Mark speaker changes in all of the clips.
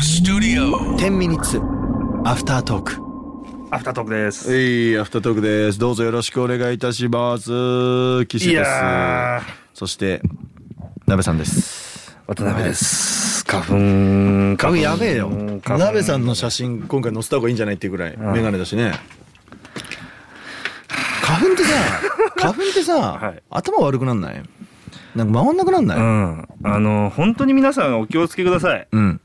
Speaker 1: Studio
Speaker 2: 10ミニッツアフタートーク
Speaker 3: アフタートークです。
Speaker 2: えいアフタートークですどうぞよろしくお願いいたします岸
Speaker 3: い
Speaker 2: です
Speaker 3: や
Speaker 2: そして鍋さんです
Speaker 3: ー、渡辺です。花粉、
Speaker 2: 多分やべえよ鍋さん
Speaker 3: の。
Speaker 2: の写真今回載せた方がいいんじゃないっていうぐらいメガネだしね花粉ってさ花粉ってさ、
Speaker 3: はい
Speaker 2: 頭悪くなんないなんか回んなくなんない、
Speaker 3: う
Speaker 2: うん
Speaker 3: ん。あの、本当に皆さんお気をつけください。運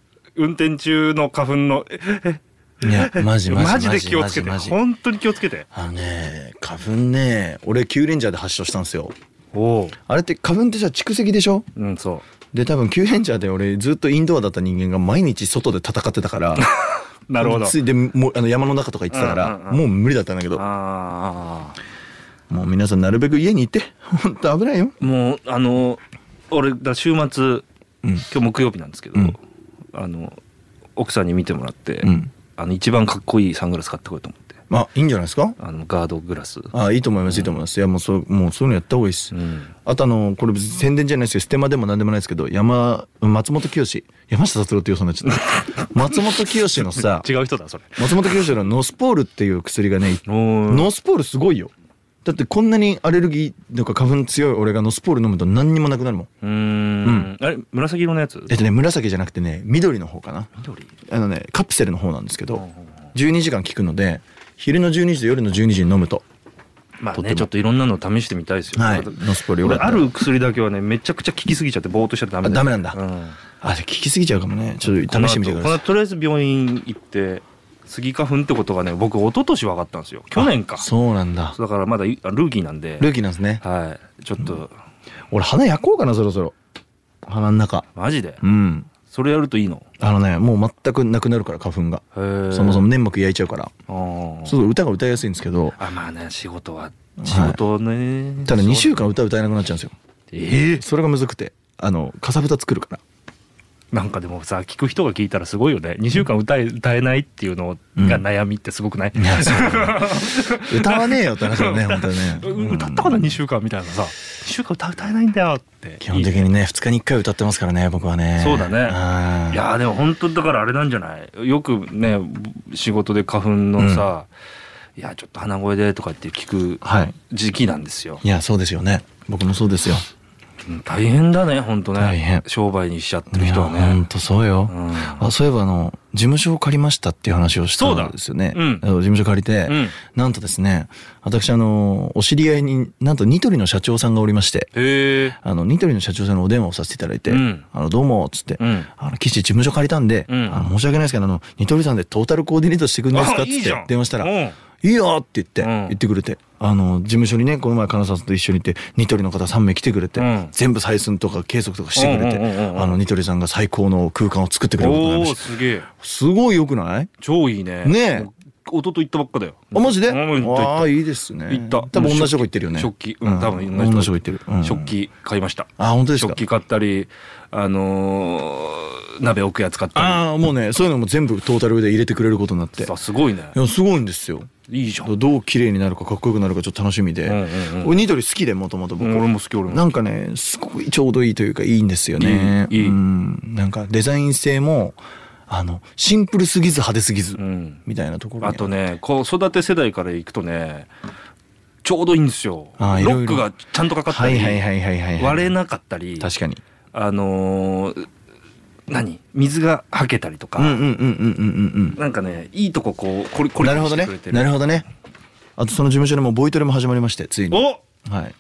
Speaker 3: 転中の花粉の、ええ
Speaker 2: いやマジマジ
Speaker 3: マジで気をつけて。
Speaker 2: マジマジ
Speaker 3: 本当に気をつけて。
Speaker 2: あのね花粉ね俺キュウレンジャーで発症したんですよ
Speaker 3: おお。
Speaker 2: あれって花粉ってさ蓄積でしょ
Speaker 3: うん、そ
Speaker 2: で多分キュウレンジャーで俺ずっとインドアだった人間が毎日外で戦ってたから
Speaker 3: う。なるほど。
Speaker 2: ついでもうあの山の中とか行ってたから、
Speaker 3: うんうんうん
Speaker 2: もう無理だったんだけど
Speaker 3: ああ。
Speaker 2: もう皆さんなるべく家にいて 本当危ないよ
Speaker 3: もう、あの、俺、だ週末、今日木曜日なんですけど
Speaker 2: うん、
Speaker 3: あの、奥さんに見てもらって
Speaker 2: うん、
Speaker 3: あの、一番かっこいいサングラス買ってこいと思って。
Speaker 2: まあいいんじゃないですか
Speaker 3: あの、ガードグラス。
Speaker 2: あいいと思いますいいと思いますいやもうそうもうそういうのやった方がいいです、
Speaker 3: うん。
Speaker 2: あとあのこれ別に宣伝じゃないですけどステマでも何でもないですけど山松本清山下達郎って予想になっちゃ った松本清の さ
Speaker 3: 違う人だ、それ。
Speaker 2: 松本清のノスポールっていう薬がね
Speaker 3: の
Speaker 2: ノスポールすごいよだってこんなにアレルギーとか花粉強い俺がノスポール飲むと何にもなくなるもん
Speaker 3: うーんあれ紫色のやつ
Speaker 2: えっとね紫じゃなくてね緑の方かな
Speaker 3: 緑
Speaker 2: あのねカプセルの方なんですけど12時間効くので昼の12時と夜の12時に飲むと
Speaker 3: まあ
Speaker 2: とって
Speaker 3: ね
Speaker 2: も
Speaker 3: ちょっといろんなの試してみたいですよ
Speaker 2: はい
Speaker 3: ただ
Speaker 2: ノスポリオ
Speaker 3: 俺ある薬だけはねめちゃくちゃ効きすぎちゃってぼーっとしちゃってダメ
Speaker 2: あダメなんだ
Speaker 3: うん
Speaker 2: あ効きすぎちゃうかもねちょっと試してみてくだ
Speaker 3: この
Speaker 2: さい
Speaker 3: 後とりあえず病院行ってスギ花粉ってことがね僕一昨年分かったんですよ去年か
Speaker 2: そうなんだ
Speaker 3: だからまだいあルーキーなんで
Speaker 2: ルーキーなんですね
Speaker 3: はいちょっと
Speaker 2: 俺鼻焼こうかなそろそろ鼻の中
Speaker 3: マジで
Speaker 2: うん
Speaker 3: それやるといいの
Speaker 2: あのねもう全くなくなるから花粉が
Speaker 3: へー
Speaker 2: そもそも粘膜焼いちゃうから
Speaker 3: あー
Speaker 2: そうすると歌が歌いやすいんですけど
Speaker 3: あまあね仕事は仕事ね
Speaker 2: ただ2週間歌歌えなくなっちゃうんですよ
Speaker 3: ええ
Speaker 2: それがむずくてあのかさぶた作るから
Speaker 3: なんかでもさ聞く人が聞いたらすごいよね2週間歌え歌えないっていうのが悩みってすごくない、
Speaker 2: 歌わねえよって話だ ね本当にね、
Speaker 3: う 歌ったかな2週間みたいなさ2週間歌歌えないんだよって
Speaker 2: 基本的にね2日に1回歌ってますからね僕はね
Speaker 3: そうだね
Speaker 2: あー
Speaker 3: いやーでも本当だからあれなんじゃないよくね仕事で花粉のさ、いやちょっと鼻声でとかって聞く
Speaker 2: はい
Speaker 3: 時期なんですよ、
Speaker 2: いやそうですよね僕もそうですよ
Speaker 3: うん大変だね本当ね
Speaker 2: 大変
Speaker 3: 商売にしちゃって
Speaker 2: い
Speaker 3: る
Speaker 2: や
Speaker 3: 人は
Speaker 2: ほん
Speaker 3: ね
Speaker 2: とそうよ、
Speaker 3: うん
Speaker 2: あそういえばあの事務所を借りましたっていう話をしたんですよね、
Speaker 3: そうだうん
Speaker 2: あの事務所借りて、
Speaker 3: うん
Speaker 2: なんとですね私あのお知り合いになんとニトリの社長さんがおりまして
Speaker 3: へえ
Speaker 2: あのニトリの社長さんのお電話をさせていただいて「
Speaker 3: うん
Speaker 2: あのどうも」っつって「
Speaker 3: うん
Speaker 2: あの岸事務所借りたんで、
Speaker 3: うん
Speaker 2: あの申し訳ないですけどあのニトリさんでトータルコーディネートしてくんないですか?」っ
Speaker 3: あ
Speaker 2: つ
Speaker 3: いい
Speaker 2: っ
Speaker 3: じ
Speaker 2: て
Speaker 3: ゃん
Speaker 2: 電話したら「
Speaker 3: うん
Speaker 2: いいよ」って言って、
Speaker 3: うん
Speaker 2: 言ってくれてあの事務所にねこの前金沢さんと一緒にいてニトリの方3名来てくれて、
Speaker 3: うん
Speaker 2: 全部採寸とか計測とかしてくれて、
Speaker 3: うんうんうんうん
Speaker 2: あのニトリさんが最高の空間を作ってくれることになり
Speaker 3: おお
Speaker 2: ま
Speaker 3: ー
Speaker 2: した。
Speaker 3: すげえ
Speaker 2: すごい良くない
Speaker 3: 超いいね
Speaker 2: ねえ
Speaker 3: もう一昨日行ったばっかだよ
Speaker 2: あマジで、
Speaker 3: うん行った行
Speaker 2: あ
Speaker 3: った
Speaker 2: あいいですね
Speaker 3: 行った
Speaker 2: 多分同じとこ行ってるよね
Speaker 3: 食器うん多分
Speaker 2: 同じとこ行ってる、うん
Speaker 3: 食器買いました
Speaker 2: あ本当ですか
Speaker 3: 食器買ったりあのー鍋置くやつ買った
Speaker 2: ああもうねそういうのも全部トータルで入れてくれることになって
Speaker 3: り
Speaker 2: い
Speaker 3: さすごいね
Speaker 2: やすごいんですよ
Speaker 3: いいじゃん
Speaker 2: どう綺麗になるかかっこよくなるかちょっと楽しみで、
Speaker 3: うんうんうん
Speaker 2: 俺ニトリ好きでもともと僕、
Speaker 3: うん俺も好き俺も好き
Speaker 2: なんかねすごいちょうどいいというかいいんですよね
Speaker 3: いいいい
Speaker 2: うんなんかデザイン性もあのシンプルすぎず派手すぎず、
Speaker 3: うん
Speaker 2: みたいなところに
Speaker 3: あとね子育て世代から行くとねちょうどいいんですよロ
Speaker 2: あーいろいろ
Speaker 3: ックがちゃんとかかった
Speaker 2: はい
Speaker 3: り
Speaker 2: はいはいはいはい、はい、
Speaker 3: 割れなかったり
Speaker 2: 確かに
Speaker 3: あのー何水がはけたりと
Speaker 2: うんうんうん
Speaker 3: か
Speaker 2: うんうんうんうん
Speaker 3: なんかねいいとここうこれこれ
Speaker 2: なるほどねなるほどねあとその事務所でもうボイトレも始まりましてついに
Speaker 3: お
Speaker 2: はい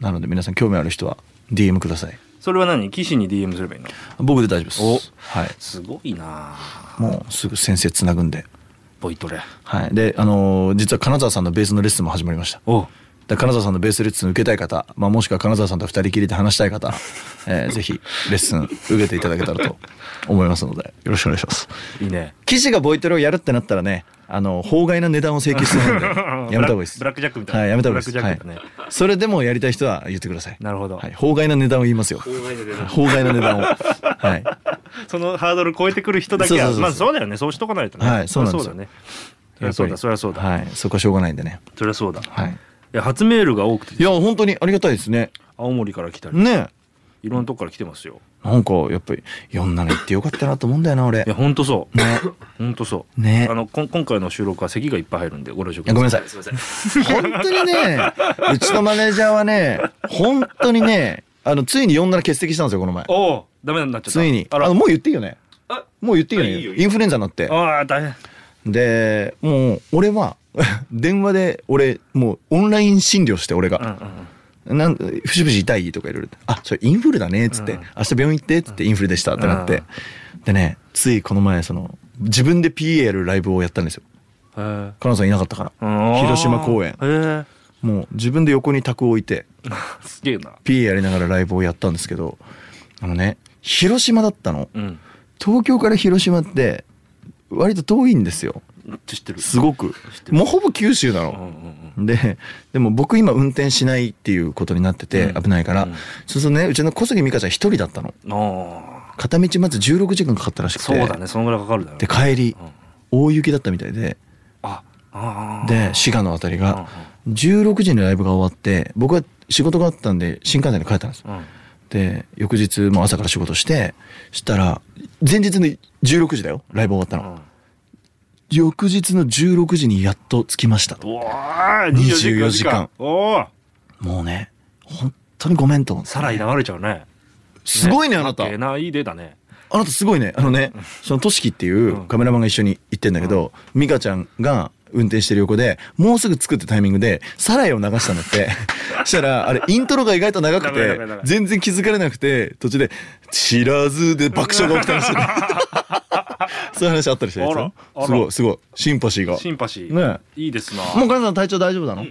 Speaker 2: なので皆さん興味ある人は DM ください
Speaker 3: それは何騎士に DM すればいいの
Speaker 2: 僕で大丈夫です
Speaker 3: お
Speaker 2: はい
Speaker 3: すごいなあ
Speaker 2: もうすぐ先生つなぐんで
Speaker 3: ボイトレ
Speaker 2: はいであのー実は金沢さんのベースのレッスンも始まりました
Speaker 3: お
Speaker 4: だから金沢さんのベースレッスン受けたい方、まあ、もしくは金沢さんと二人きりで話したい 方、えーぜひレッスン受けていただけたらと思いますのでよろしくお願いします
Speaker 3: いいね
Speaker 4: 騎士がボイトレをやるってなったらねあの法外な値段を請求 するのでやめた方がいいです
Speaker 3: ブラックブラックジャックみたいな
Speaker 4: はいやめた方がいいです
Speaker 3: ブラックジャックみたいなね
Speaker 4: はいそれでもやりたい人は言ってください
Speaker 3: なるほど
Speaker 4: はい、法外な値段を言いますよ 法外な値段をはい
Speaker 3: そのハードル超えてくる人だけは
Speaker 4: そうそうそうそう
Speaker 3: まあそうだよねそうしとかないとね
Speaker 4: はいそうなんですよ
Speaker 3: まあそうだねそりゃそうだそりゃそうだ、
Speaker 4: はいそこはしょうがないんでね
Speaker 3: そりゃそうだい
Speaker 4: はい
Speaker 3: や初メールが多くて
Speaker 4: いや本当にありがたいですね
Speaker 3: 青森から来たり
Speaker 4: ね
Speaker 3: いろんなとこから来てますよ
Speaker 4: なんかやっぱりいろんなの行ってよかったなと思うんだよな俺
Speaker 3: いやほんとそう
Speaker 4: ね
Speaker 3: ほんとそう
Speaker 4: ね
Speaker 3: あのこん今回の収録は咳がいっぱい入るんでご了承く
Speaker 4: いや
Speaker 3: だ
Speaker 4: ご
Speaker 3: さ
Speaker 4: めん
Speaker 3: い
Speaker 4: なさい。本当にね、うちのマネージャーはね、本当にね、あの、ついに呼んだら欠席したんですよ、この前。
Speaker 3: おおダメになっちゃった
Speaker 4: ついに。
Speaker 3: あ
Speaker 4: あ
Speaker 3: ら
Speaker 4: の、もう言っていいよね
Speaker 3: あ。
Speaker 4: もう言っていいよね。
Speaker 2: あいいよいいよ
Speaker 4: インフルエンザになって。
Speaker 3: あー大変
Speaker 4: で、もう、俺は、 電話で、俺、もう、オンライン診療して、俺
Speaker 3: うんう
Speaker 4: が。
Speaker 3: ん
Speaker 4: なん、ふしふし痛いとか言われて、あ、それインフルだね、つって、
Speaker 3: うん
Speaker 4: 明日病院行って、つって、インフルでしたってなっ
Speaker 3: う
Speaker 4: て
Speaker 3: ん。
Speaker 4: でね、ついこの前、その、自分で PA やるライブをやったんですよ。
Speaker 3: へ
Speaker 4: 金沢さんいなかったから。
Speaker 3: ー
Speaker 4: 広島公演
Speaker 3: へえ
Speaker 4: もう、自分で横に卓を置いて、
Speaker 3: すげえな
Speaker 4: PA やりながらライブをやったんですけどあのね広島だったの
Speaker 3: うん
Speaker 4: 東京から広島って割と遠いんですよ
Speaker 3: 知ってる
Speaker 4: すごく
Speaker 3: てる
Speaker 4: もうほぼ九州な
Speaker 3: うんうん
Speaker 4: の、
Speaker 3: うん
Speaker 4: ででも僕今運転しないっていうことになってて
Speaker 3: うん
Speaker 4: 危ないから、
Speaker 3: うん
Speaker 4: そうするとねうちの小杉美香ちゃん一人だったの
Speaker 3: ああ
Speaker 4: 片道まず16時間かかったらしくて
Speaker 3: そうだねそのぐらいかかるだろう
Speaker 4: で帰り
Speaker 3: うん
Speaker 4: 大雪だったみたいで
Speaker 3: ああー
Speaker 4: で滋賀の辺り
Speaker 3: うんうん
Speaker 4: が16時にライブが終わって僕は仕事があったんで新幹線で帰ったんです
Speaker 3: うん
Speaker 4: で翌日もう朝から仕事してしたら前日の16時だよライブ終わったの、翌日の16時にやっと着きました
Speaker 3: うわー
Speaker 4: 24時間
Speaker 3: おお
Speaker 4: もうね本当にごめんと思って
Speaker 3: さらに流れちゃうね
Speaker 4: すごいねあな
Speaker 3: か
Speaker 4: た
Speaker 3: っけえないいでだね
Speaker 4: あなたすごいねあのねそのとしきっていうカメラマンが一緒に行ってんだけど、美香ちゃんが運転してる横でもうすぐ着くってタイミングで「サライ」を流したんだって したらあれイントロが意外と長く
Speaker 3: 長い長
Speaker 4: て
Speaker 3: い長い
Speaker 4: 全然気づかれなくて途中で「知らず」で爆笑が起きた んですよそういう話あったりしていつ
Speaker 3: あらあら
Speaker 4: すごいすごいシンパシーが
Speaker 3: シンパシー
Speaker 4: ね
Speaker 3: いいですな
Speaker 4: もうガンさん体調大丈夫なの、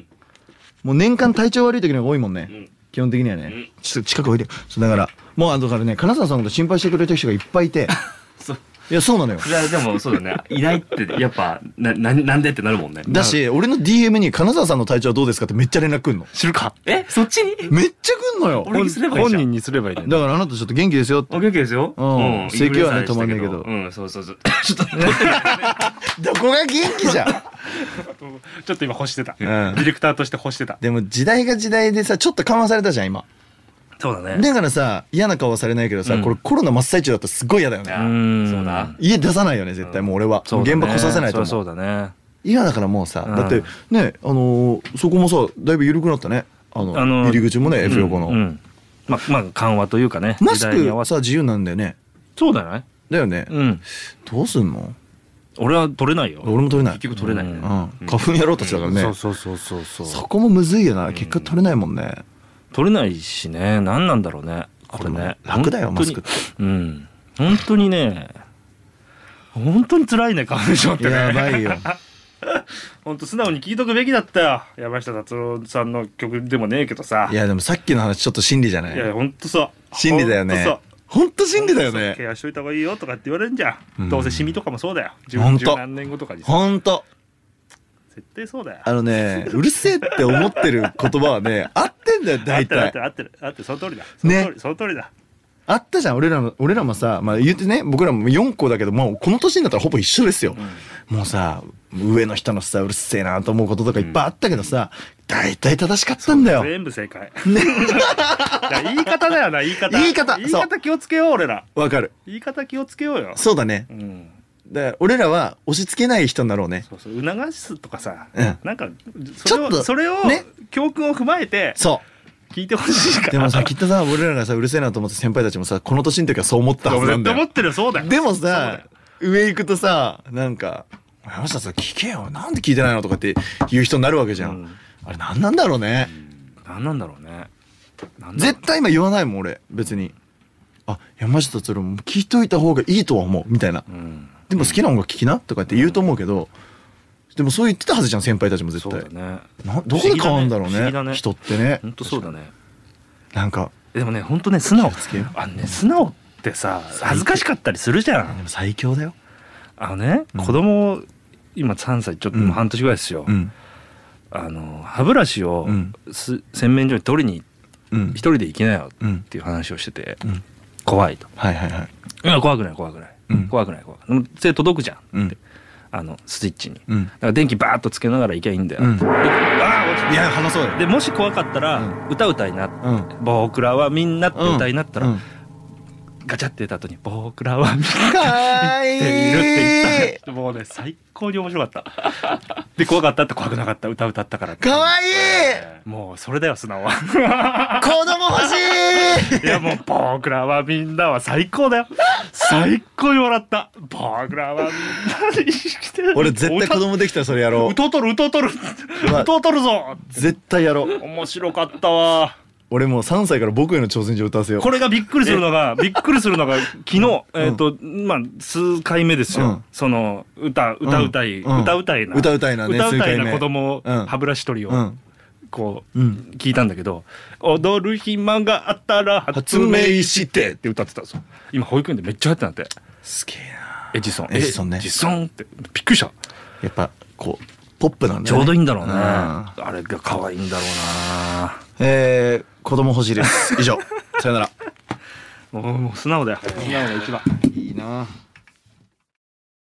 Speaker 4: もう年間体調悪い時の方が多いもんね、基本的にはね、ちょっと近くおいでそうだからもうあのだからね金沢さんのこと心配してくれてる人がいっぱいいて
Speaker 5: そう
Speaker 4: いやそうなのよ
Speaker 5: いやでもそうだねいないってやっぱなななんでってなるもんね
Speaker 4: だし俺の DM に「金沢さんの体調はどうですか?」ってめっちゃ連絡くんの
Speaker 5: 知るかえそっちに
Speaker 4: めっちゃくんのよ
Speaker 5: 俺にすればいいじゃん
Speaker 3: 本人にすればいいね
Speaker 4: だからあなたちょっと元気ですよって
Speaker 5: お元気ですよ
Speaker 4: うん咳はね止まんないけど
Speaker 5: うんそうそうそうちょっと
Speaker 4: どこが元気じ ゃん
Speaker 3: ちょっと今欲してたデ
Speaker 4: ん
Speaker 3: ィレクターとして欲してた
Speaker 4: でも時代が時代でさちょっと緩和されたじゃん今
Speaker 5: そうだね
Speaker 4: だからさ嫌な顔はされないけどさ、
Speaker 5: うん
Speaker 4: これコロナ真っ最中だったらすごい嫌だよ
Speaker 5: い
Speaker 4: ね
Speaker 5: や
Speaker 3: うん
Speaker 5: そうだ
Speaker 4: 家出さないよね絶対もう俺は
Speaker 3: そうだね
Speaker 4: 現場来させないと思う
Speaker 3: そりゃそうだね
Speaker 4: 今だからもうさ、
Speaker 3: うん
Speaker 4: だってねあのーそこもさだいぶ緩くなったねあの、
Speaker 3: あの
Speaker 4: 入り口もね F 横の、
Speaker 3: うんうんまあまあ緩和というかね
Speaker 4: マ
Speaker 3: 時
Speaker 4: ス
Speaker 3: 代に合わ
Speaker 4: ク
Speaker 3: せ
Speaker 4: さ自由なんだよね
Speaker 3: そうだよね
Speaker 4: だよね、
Speaker 3: うん
Speaker 4: どうすんの
Speaker 3: 俺は取れないよ
Speaker 4: 俺も取れない
Speaker 5: 結局取れない
Speaker 4: うん
Speaker 5: ね
Speaker 4: 花粉やろうとしたからね、
Speaker 3: そうそうそうそうそう
Speaker 4: そこもむずいよな結果取れないもんね、
Speaker 3: 取れないしね何なんだろうねこれね
Speaker 4: あと楽だよ
Speaker 3: 本当に
Speaker 4: マスクって
Speaker 3: うん本当にね本当に辛いね花粉症って
Speaker 4: や
Speaker 3: ね
Speaker 4: ばいよ
Speaker 3: 本当素直に聞いとくべきだったよ山下達郎さんの曲でもねえけどさ
Speaker 4: いやでもさっきの話ちょっと心理じゃ
Speaker 3: い
Speaker 4: ない
Speaker 3: や本当そう
Speaker 4: 心理だよね
Speaker 3: ほんとそう
Speaker 4: ほんと心理だよ
Speaker 3: ケ
Speaker 4: ね
Speaker 3: アしといた方がいいよとかって言われるんじゃん、
Speaker 4: うん
Speaker 3: どうせシミとかもそうだよ十
Speaker 4: ほん
Speaker 3: 十
Speaker 4: と
Speaker 3: 何年後とかにさ
Speaker 4: ほんと
Speaker 3: 絶対そうだよ
Speaker 4: あのねうるせえって思ってる言葉はね合ってんだよ
Speaker 3: 合っ
Speaker 4: 大
Speaker 3: てる合っ
Speaker 4: 体
Speaker 3: てる合ってる合ってるその通りだその
Speaker 4: ね
Speaker 3: 通り、その通りだ
Speaker 4: あったじゃん俺らも俺らもさ、まあ、言ってね僕らも4個だけどもうこの年になったらほぼ一緒ですよ、もうさ上の人のさうるせえなと思うこととかいっぱいあったけどさ、大体正しかったんだよ
Speaker 3: 全部正解、 いや言い方だよな言い方
Speaker 4: 言い方
Speaker 3: 言い方気をつけよう俺ら
Speaker 4: わかる
Speaker 3: 言い方気をつけようよ
Speaker 4: そうだね
Speaker 3: うん
Speaker 4: だから俺らは押し付けない人になろうね
Speaker 3: そうそう促すとかさ、
Speaker 4: うん
Speaker 3: なんか
Speaker 4: ち
Speaker 3: それ
Speaker 4: ょっ
Speaker 3: を
Speaker 4: と
Speaker 3: それを、
Speaker 4: ね
Speaker 3: 教訓を踏まえて
Speaker 4: そ
Speaker 3: 聞いてほしいうから
Speaker 4: でもさきっとさ俺らがさうるせえなと思って先輩たちもさこの年の時はそう思ったはずなん
Speaker 3: 絶
Speaker 4: だ
Speaker 3: 対思
Speaker 4: よ
Speaker 3: ってるよそうだよ
Speaker 4: でも
Speaker 3: そうだ
Speaker 4: さ
Speaker 3: よ
Speaker 4: 上行くとさなんか「山下さん聞けよなんで聞いてないの?」とかって言う人になるわけじゃん、
Speaker 3: うん
Speaker 4: あれ何なんだろうね、
Speaker 3: 何なんだろうねなんだろう
Speaker 4: 絶対今言わないもん俺別にあ山下達郎も聞いといた方がいいとは思うみたいな
Speaker 3: うん
Speaker 4: でも好きな音楽聴きなとかって言うと思うけど、でもそう言ってたはずじゃん先輩たちも絶
Speaker 3: そう
Speaker 4: 対
Speaker 3: だね
Speaker 4: などこで変わるんだろう
Speaker 3: 不思
Speaker 4: ね
Speaker 3: 議だね
Speaker 4: 人ってね
Speaker 3: 本当そうだね
Speaker 4: なんか
Speaker 3: でもね本当ね素直
Speaker 4: 気をつけよう
Speaker 3: あのね素直ってさ恥ずかしかったりするじゃ
Speaker 4: で
Speaker 3: ん
Speaker 4: も最強だよ
Speaker 3: あのね、
Speaker 4: うん
Speaker 3: 子供今3歳ちょっともううん半年ぐらいですよ、
Speaker 4: うん
Speaker 3: あの歯ブラシを
Speaker 4: うん
Speaker 3: す洗面所に取りに
Speaker 4: うん
Speaker 3: 一人で行きなよ
Speaker 4: うん
Speaker 3: っていう話をしてて、
Speaker 4: うん
Speaker 3: 怖いと
Speaker 4: はいはいはい
Speaker 3: 「いや怖くない怖くない、
Speaker 4: うん
Speaker 3: 怖くない怖くない」でも手届くじゃん、
Speaker 4: うん
Speaker 3: あのスイッチに、
Speaker 4: うん
Speaker 3: だから電気バーッとつけながら行けばいいんだよ、
Speaker 4: うん
Speaker 3: であー落ち
Speaker 4: いや話そうよ
Speaker 3: たでもし怖かったら、
Speaker 4: うん
Speaker 3: 歌歌いな、
Speaker 4: うん
Speaker 3: 僕らはみんなって歌いなったら、
Speaker 4: うん
Speaker 3: ガチャって出た後に「僕らはみんな」
Speaker 4: かわいい
Speaker 3: っているって言ったもうね最高に面白 かったで怖かったって怖くなかった歌歌ったからって
Speaker 4: かわいい
Speaker 3: もうそれだよ素直は
Speaker 4: 子供欲しい
Speaker 3: いやもう僕らはみんなは最高だよ最高に笑った僕らはみんなにして
Speaker 4: 俺絶対子供できたらそれやろ
Speaker 3: 歌うとる歌うとる
Speaker 4: うわ
Speaker 3: 歌うとるぞ
Speaker 4: う絶対やろう
Speaker 3: 面白かったわ
Speaker 4: 俺もう3歳から僕への挑戦状歌わせよう
Speaker 3: これがびっくりするのがびっくりするのが昨日えっ、とまあ数回目ですよ、
Speaker 4: うん
Speaker 3: その歌歌うたい、
Speaker 4: うん
Speaker 3: 歌うたいな
Speaker 4: 歌うたいなね
Speaker 3: 歌うたい
Speaker 4: 数回
Speaker 3: な
Speaker 4: 目
Speaker 3: 子供を
Speaker 4: うん
Speaker 3: 歯ブラシ取りを、
Speaker 4: うん
Speaker 3: こう、
Speaker 4: うん
Speaker 3: 聞いたんだけど「踊る暇があったら発明」っ
Speaker 4: して
Speaker 3: て歌ってたんですよ今保育園でめっちゃ流行ってたんだって
Speaker 4: すげえな
Speaker 3: エジソン
Speaker 4: エジソンね
Speaker 3: エジソンってびっくりした
Speaker 4: やっぱこうポップなんだ
Speaker 3: ち
Speaker 4: よ
Speaker 3: ょ
Speaker 4: ね
Speaker 3: うどいいんだろうね、
Speaker 4: ん
Speaker 3: あれが可愛いんだろうな
Speaker 4: えー子供 欲しいです以上さよなら
Speaker 3: もうもう素直だよ素直が一番
Speaker 4: いいな